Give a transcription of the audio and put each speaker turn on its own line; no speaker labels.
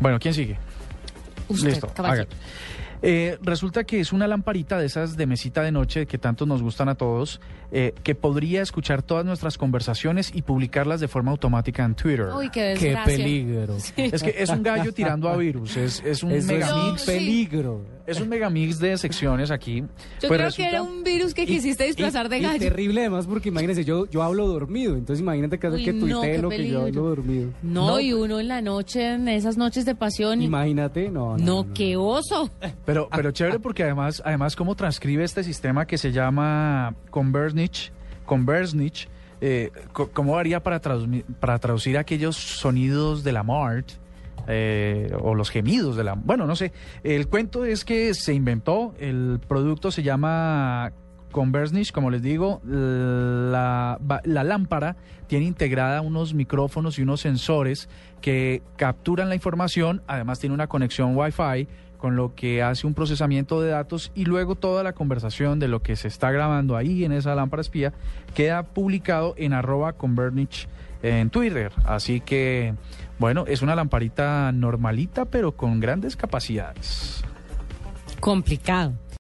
Bueno, ¿quién sigue?
Usted,
Listo,
caballero.
hágale. Eh, resulta que es una lamparita de esas de mesita de noche que tanto nos gustan a todos, eh, que podría escuchar todas nuestras conversaciones y publicarlas de forma automática en Twitter.
Uy, qué
Qué
desgracia.
peligro.
Es que es un gallo tirando a virus, es, es un
Eso es un
Yo,
megamix.
sí.
peligro.
Es un megamix de secciones aquí.
Yo
Pues
creo
resulta-
que era un virus que quisiste disfrazar de
y
gallo.
terrible además porque imagínense, yo, yo hablo dormido, entonces imagínate que,
Uy,
que
no,
tuitee
qué
lo que yo hablo
peligro.
dormido.
no, y uno en la noche, en esas noches de pasión. y-
Imagínate, no.
no, qué oso.
Pero, pero chévere porque además, además cómo transcribe este sistema que se llama Conversnich, Conversnich, eh, co- cómo haría para, traducir- para traducir aquellos sonidos de la Mart. eh, o los gemidos de la... Bueno, no sé. El cuento es que se inventó, el producto se llama Conversnich, como les digo, la, va- la lámpara tiene integrada unos micrófonos y unos sensores que capturan la información, además tiene una conexión Wi-Fi, con lo que hace un procesamiento de datos y luego toda la conversación de lo que se está grabando ahí en esa lámpara espía queda publicado en arroba Convernich en Twitter. Así que, bueno, es una lamparita normalita, pero con grandes capacidades.
Complicado.